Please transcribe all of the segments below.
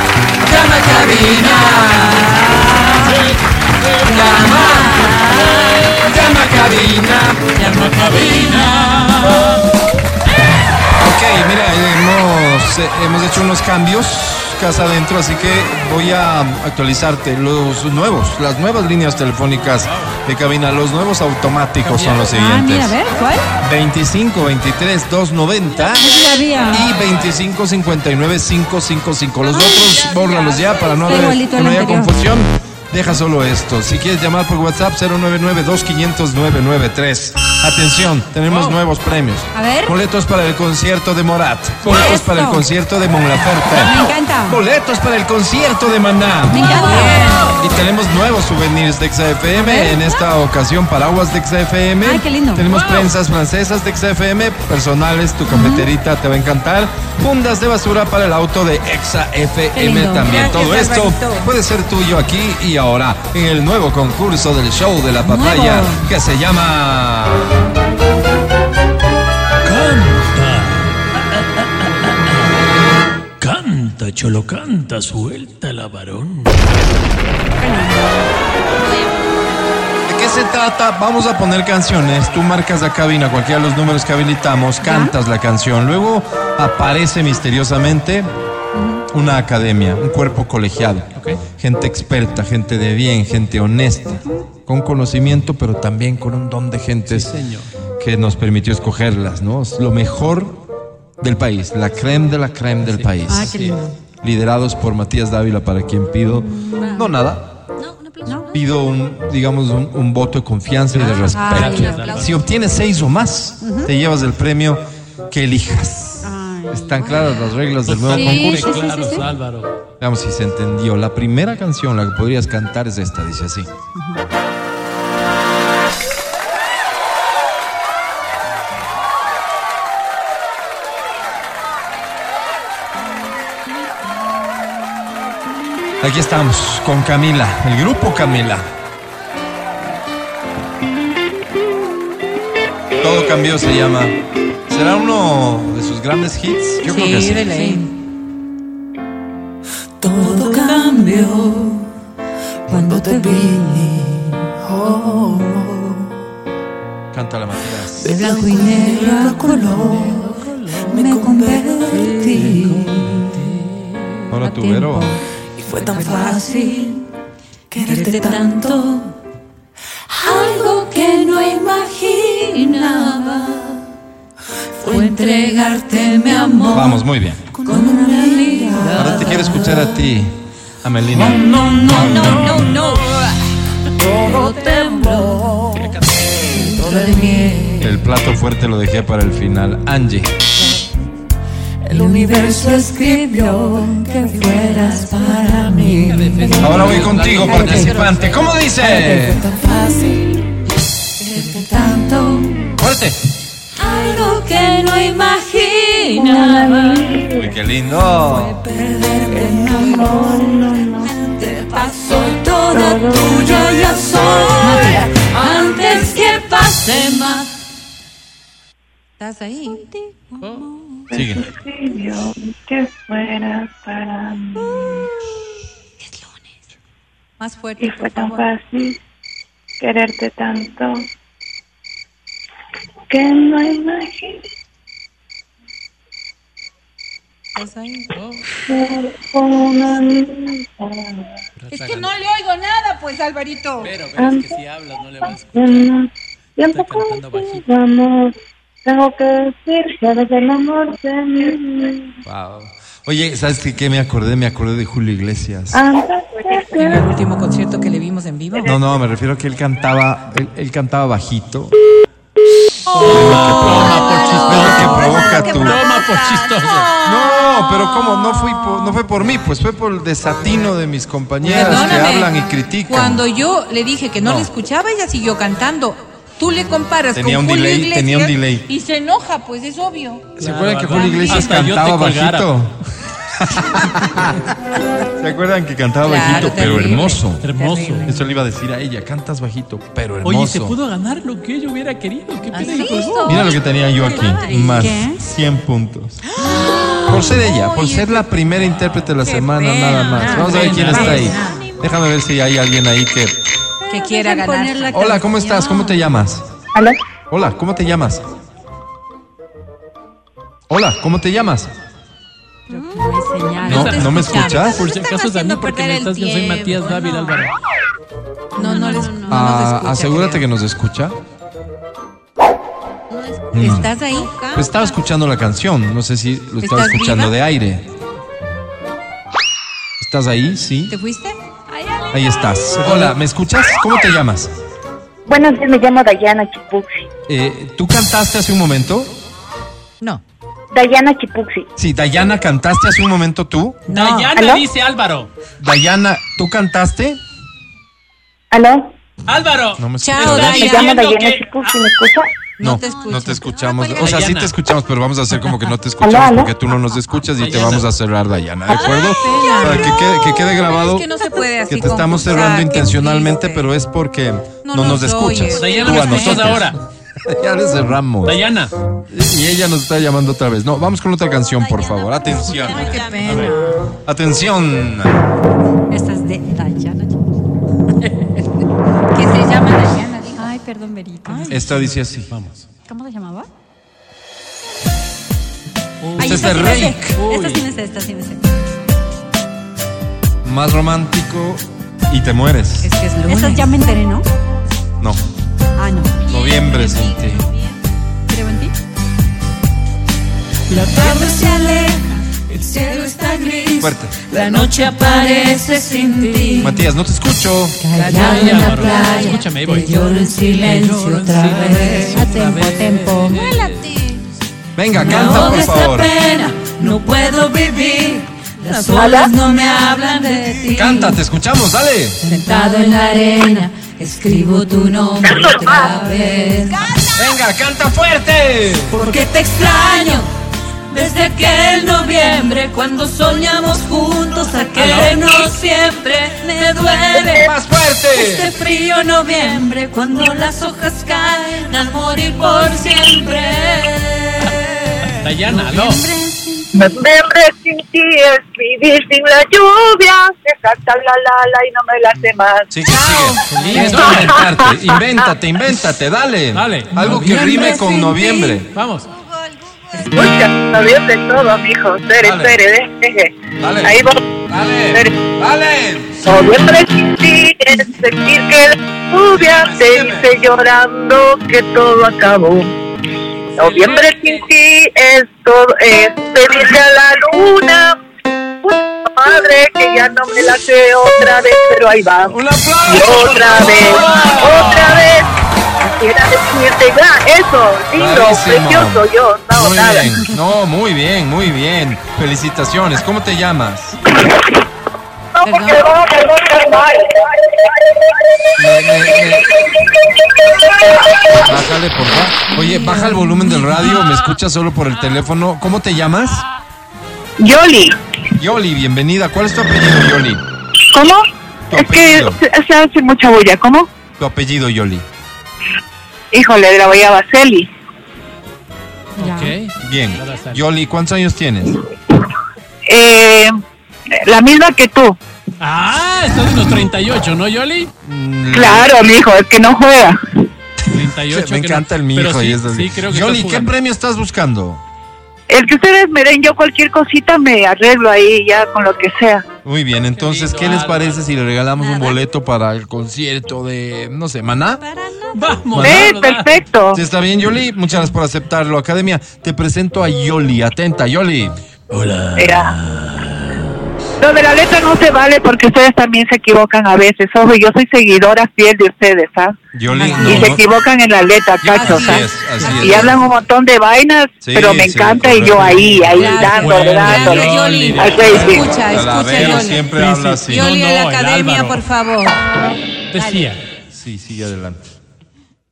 Llama a cabina. Llama. Llama a cabina. Llama a cabina. Ok, mira, hemos, eh, hemos hecho unos cambios casa adentro, así que voy a actualizarte los nuevos, las nuevas líneas telefónicas de cabina, los nuevos automáticos son los Ah, mira, a siguientes. ver, ¿cuál? 25 23 290 Es la vía. y 25 59 555. Los otros, bórralos ya para no Está haber igualito que al no haya anterior. confusión. Deja solo esto. Si quieres llamar por WhatsApp, 099-2500-993. Atención, tenemos nuevos premios. A ver. Boletos para el concierto de Morat. Boletos Eso. para el concierto de Mon Laferte. Me encanta. Boletos para el concierto de Maná. Me encanta. Y tenemos nuevos souvenirs de XFM, en esta ocasión paraguas de XFM. Ay, qué lindo. Tenemos prensas francesas de XFM, personales, tu cafeterita te va a encantar. Fundas de basura para el auto de Qué XFM lindo. también. Gracias, Todo esto Alvarito. puede ser tuyo aquí y ahora, en el nuevo concurso del show de la papaya, Nuevo. que se llama... Canta. Canta, cholo, canta, suelta la varón. ¿De qué se trata? Vamos a poner canciones. Tú marcas la cabina, cualquiera de los números que habilitamos, cantas la canción. Luego aparece misteriosamente una academia, un cuerpo colegiado. Gente experta, gente de bien, gente honesta, con conocimiento, pero también con un don de gentes que nos permitió escogerlas, ¿no? Es Lo mejor del país, la creme de la creme del país. Ah, qué lindo. Liderados por Matías Dávila, para quien pido, no nada, pido un, digamos, un, un voto de confianza y de Ay, respeto. Si obtienes seis o más, te llevas el premio que elijas. Están claras las reglas Pues del nuevo Sí, concurso. sí, sí, Claros, sí, sí. Álvaro. Veamos si se entendió. La primera canción, la que podrías cantar es esta, dice así. Aquí estamos con Camila, el grupo Camila. Todo cambió se llama. ¿Será uno de sus grandes hits? Yo creo que sí. Todo cambió cuando te vi. Oh, Canta la Matías. de blanco y negro a color me convertí. Ahora tu Vero. Y fue tan fácil quererte tanto. Algo que no imaginaba fue entregarte mi amor Vamos, muy bien. con una vida. Ahora te quiero escuchar a ti, Amelina. No, no, no, no, no. Todo tembló. Toda de mí. El plato fuerte lo dejé para el final. Angie. El universo escribió que fueras para mí. Ahora voy contigo, participante. ¿Cómo Fue dice? tan fácil quererte tanto. Fuerte. Algo que no imaginaba. Uy, qué lindo. Perderme en amor. Te pasó toda tuya, yo soy. Antes que pase más. ¿Estás ahí? Sigue. pidió que fuera para mí Más fuerte, y Pues fue por tan favor. fácil quererte tanto que no imaginé ¿Estás ahí? una mirada Es que no le oigo nada, pues, Alvarito. Pero, pero es que si hablas no le vas a que no- tampoco cantando bajito. tengo amor tengo que decir que eres el amor de mí Wow. Oye, ¿sabes qué, qué me acordé? Me acordé de Julio Iglesias. Ah. antes de En que el último concierto que le vimos en vivo. No, no, me refiero a que él cantaba, él, él cantaba bajito. Oh. Toma por chistoso. que provoca tu. Toma por chistoso. No, pero cómo, no fui por- no fue por mí, pues fue por el desatino de mis compañeras que Perdóname. hablan y critican. Cuando yo le dije que no, No. le escuchaba, ella siguió cantando. Tú le comparas Tenía con un Julio delay, Iglesias tenía un delay. y se enoja, pues es obvio. ¿Se acuerdan que Claro, Julio Iglesias hasta yo cantaba te colgara. bajito? ¿Se acuerdan que cantaba Claro, bajito, pero terrible. hermoso? Hermoso. Eso le iba a decir a ella, cantas bajito, pero hermoso. Oye, se pudo ganar lo que yo hubiera querido. Qué pena que colgó. Mira lo que tenía yo aquí, más ¿Qué? 100 puntos. Por por ser ella, por ser la primera intérprete de la semana, nada más. Vamos a ver quién está ahí. Déjame ver si hay alguien ahí que. que quiera dejen ganar. poner la Hola, ¿cómo estás? ¿Cómo te llamas? ¿Aló? Hola, ¿cómo te llamas? Hola, ¿cómo te llamas? señal. No, no me escuchas. Por si acaso haciendo también, porque perder me el estás yo soy tiempo, Matías Dávila no. Álvaro. No, no, les- no, nos Ah, escucha, asegúrate que creo. nos escucha. ¿Estás ahí? Pues estaba escuchando la canción, no sé si lo estaba ¿Estás escuchando viva? de aire. ¿Estás ahí? Sí. ¿Te fuiste? Ahí estás. Hola, ¿me escuchas? ¿Cómo te llamas? Buenos días, me llamo Dayana Chipuxi. Eh, ¿Tú cantaste hace un momento? No. Dayana Chipuxi. Sí, Dayana, ¿cantaste hace un momento tú? Dayana ¿Aló? dice Álvaro. Dayana, ¿tú cantaste? ¿Aló? Álvaro. No me Chao, escuchas. Me Dayana. llamo Diciendo Dayana que- Chipuxi, ¿me escucha? No, No no te te, escucho. escuchamos. Ah, O sea, sí Dayana. te escuchamos, pero vamos a hacer como que no te escuchamos Aló, aló. porque tú no nos escuchas y te Dayana. vamos a cerrar, Dayana. ¿De acuerdo? Para que quede, que quede grabado Es que no se puede así que te estamos concursar, cerrando qué intencionalmente, triste. pero es porque no, No nos nos escuchas. oyes. Dayana, Tú nos a escuchas nosotros. ahora. ya le cerramos. Dayana. Y ella nos está llamando otra vez. No, vamos con otra canción, por favor. Atención. Ay, qué pena. Atención. Esta es de Dayana. Que se llama Dayana. dijo. Ay, perdón, Berito. Esta dice así. Vamos. ¿Cómo se llamaba? Este es de sí me sé. Rake. Esta sí me sé, esta sí me sé. Más romántico y te mueres. Es que es lunes. Esta ya me enteré, ¿no? No. Ah, no. Noviembre sin ti. Creo en ti. La tarde se aleja, el cielo está gris. Fuerte. La noche aparece sin ti. Matías, no te escucho. Callado en la Álvaro. playa, Escúchame, ahí voy. te lloro en silencio otra vez. A tempo, a tempo. Venga, Me canta, ahoga por esta favor. pena, no puedo vivir. Las olas no me hablan de ti. Canta, te escuchamos, dale. Sentado en la arena, escribo tu nombre otra vez. Venga, canta fuerte. Porque te extraño desde aquel noviembre cuando soñamos juntos a querernos siempre. Me duele Más fuerte. este frío noviembre cuando las hojas caen al morir por siempre. Dayana, aló. Noviembre sin ti es vivir sin la lluvia. Se canta la la la y no me la hace más. Sí, que sigue. Tienes que inventarte. Invéntate, invéntate, dale. Dale. Algo que Noviembre rime con noviembre. Vamos. Busca noviembre todo, mijo. Tere, Dale. tere, deje. Dale. Eh. Ahí va. Dale. Dale. Noviembre sin ti es sentir que la lluvia te Sígueme. dice llorando que todo acabó. Noviembre sin ti es todo, es pedirle a la luna. Puta madre, que ya no me la sé otra vez, pero ahí va. Un aplauso. Y otra por vez, favor. otra vez. Quisiera decirte, va, eso, lindo, Bravísimo. precioso, yo, no, muy nada. bien. No, muy bien, muy bien. Felicitaciones. ¿Cómo te llamas? No, porque no, perdón, perdón. Me- me- me- Bájale, por favor. Oye, baja el volumen del radio, me escuchas solo por el teléfono. ¿Cómo te llamas? Yoli, Yoli, bienvenida. ¿Cuál es tu apellido, Yoli? ¿cómo? Tu Es que apellido. se- se hace mucha bulla, ¿cómo? Tu apellido, Yoli. Híjole, la voy a Baseli. Ok. Bien. Yoli, ¿cuántos años tienes? Eh, la misma que tú. Ah, estás en los 38, ¿no, Yoli? Mm, Claro, mijo, es que no juega. 38. Me que encanta no- el mi pero hijo. Sí, y es así. sí, creo que Yoli, estás ¿qué jugando. premio estás buscando? El que ustedes me den, yo cualquier cosita me arreglo ahí ya con lo que sea. Muy bien, entonces, lindo, ¿qué les Álvaro. parece si le regalamos un boleto para el concierto de, no sé, Maná? Vamos. Eh, Álvaro, dale. perfecto. Sí, está bien, Yoli. Muchas gracias por aceptarlo. Academia, te presento a Yoli. Atenta, Yoli. Hola. Era. Lo de la letra no se vale porque ustedes también se equivocan a veces. Ojo, yo soy seguidora fiel de ustedes, ¿ah? Yoli, y no, se no. equivocan en la letra, cachos, Así ¿ah? es, así Y es. hablan un montón de vainas, Sí, pero me sí, encanta y correcto. yo ahí, ahí Gracias. dándole, Bueno, dándole. Gracias, Yoli. Al Facebook. Escucha, La escucha, veo, Yoli. siempre Sí, habla sí, así. sí. Yoli No, a no, la el academia, Álvaro. por favor. Decía. Sí, sí, adelante.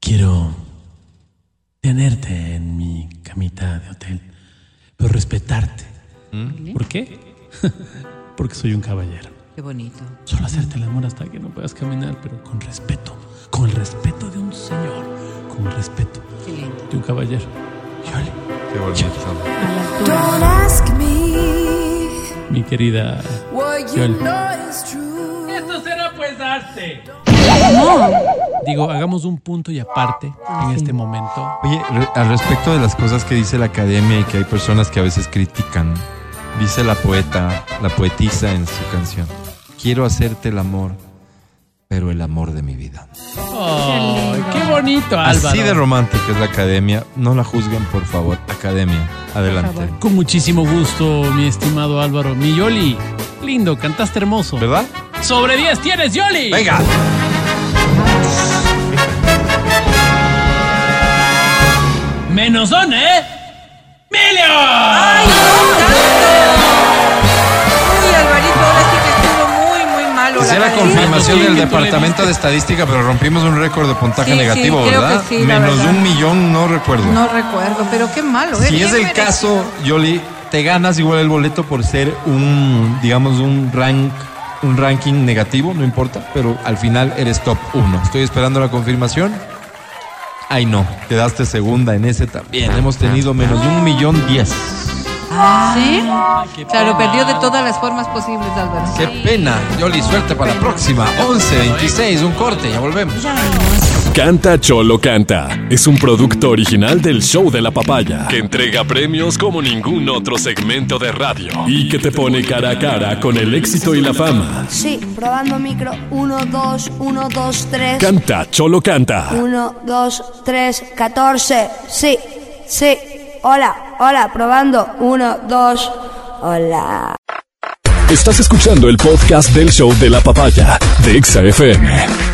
Quiero tenerte en mi camita de hotel, pero respetarte. ¿Por qué? Porque soy un caballero. Qué bonito. Solo hacerte el amor hasta que no puedas caminar, pero con respeto, con el respeto de un señor, con el respeto de un caballero. Yoli, Qué bonito. Don't ask me querida. Yoli. Esto será pues arte. Digo, hagamos un punto y aparte en este momento. Oye, re- al respecto de las cosas que dice la academia y que hay personas que a veces critican, dice la poeta, la poetisa en su canción, quiero hacerte el amor, pero el amor de mi vida. ¡Ay, qué bonito, Álvaro! Así de romántica es la academia, no la juzguen por favor, academia, adelante. Con muchísimo gusto, mi estimado Álvaro. Mi Yoli, lindo, cantaste hermoso. ¿Verdad? Sobre 10 tienes, Yoli. Venga. Menos son, ¿eh? ¡Milio! Uy, Alvarito, ahora sí que estuvo muy, muy malo. Hice la verdad. confirmación Sí, del tú le Departamento de Estadística, pero rompimos un récord de puntaje Sí, sí, negativo, creo ¿verdad? que sí, la Menos verdad. un millón, no recuerdo. No recuerdo, pero qué malo. ¿eh? Si Qué es el merecido. caso, Yoli, te ganas igual el boleto por ser un, digamos, un rank, un ranking negativo, no importa, pero al final eres top 1. Estoy esperando la confirmación. Ay no, quedaste segunda en ese también. Hemos tenido menos de un millón diez. ¿Sí? O sea, lo perdió de todas las formas posibles, Álvaro. Qué pena. Yoli, suerte para la próxima. 11, 26, un corte, ya volvemos. Canta Cholo Canta es un producto original del show de la papaya que entrega premios como ningún otro segmento de radio y que te pone cara a cara con el éxito y la fama. Sí, probando micro. 1, 2, 1, 2, 3. Canta Cholo Canta. 1, 2, 3, 14. Sí, sí. Hola, hola, probando. 1, 2, hola. Estás escuchando el podcast del show de la papaya de Exa FM.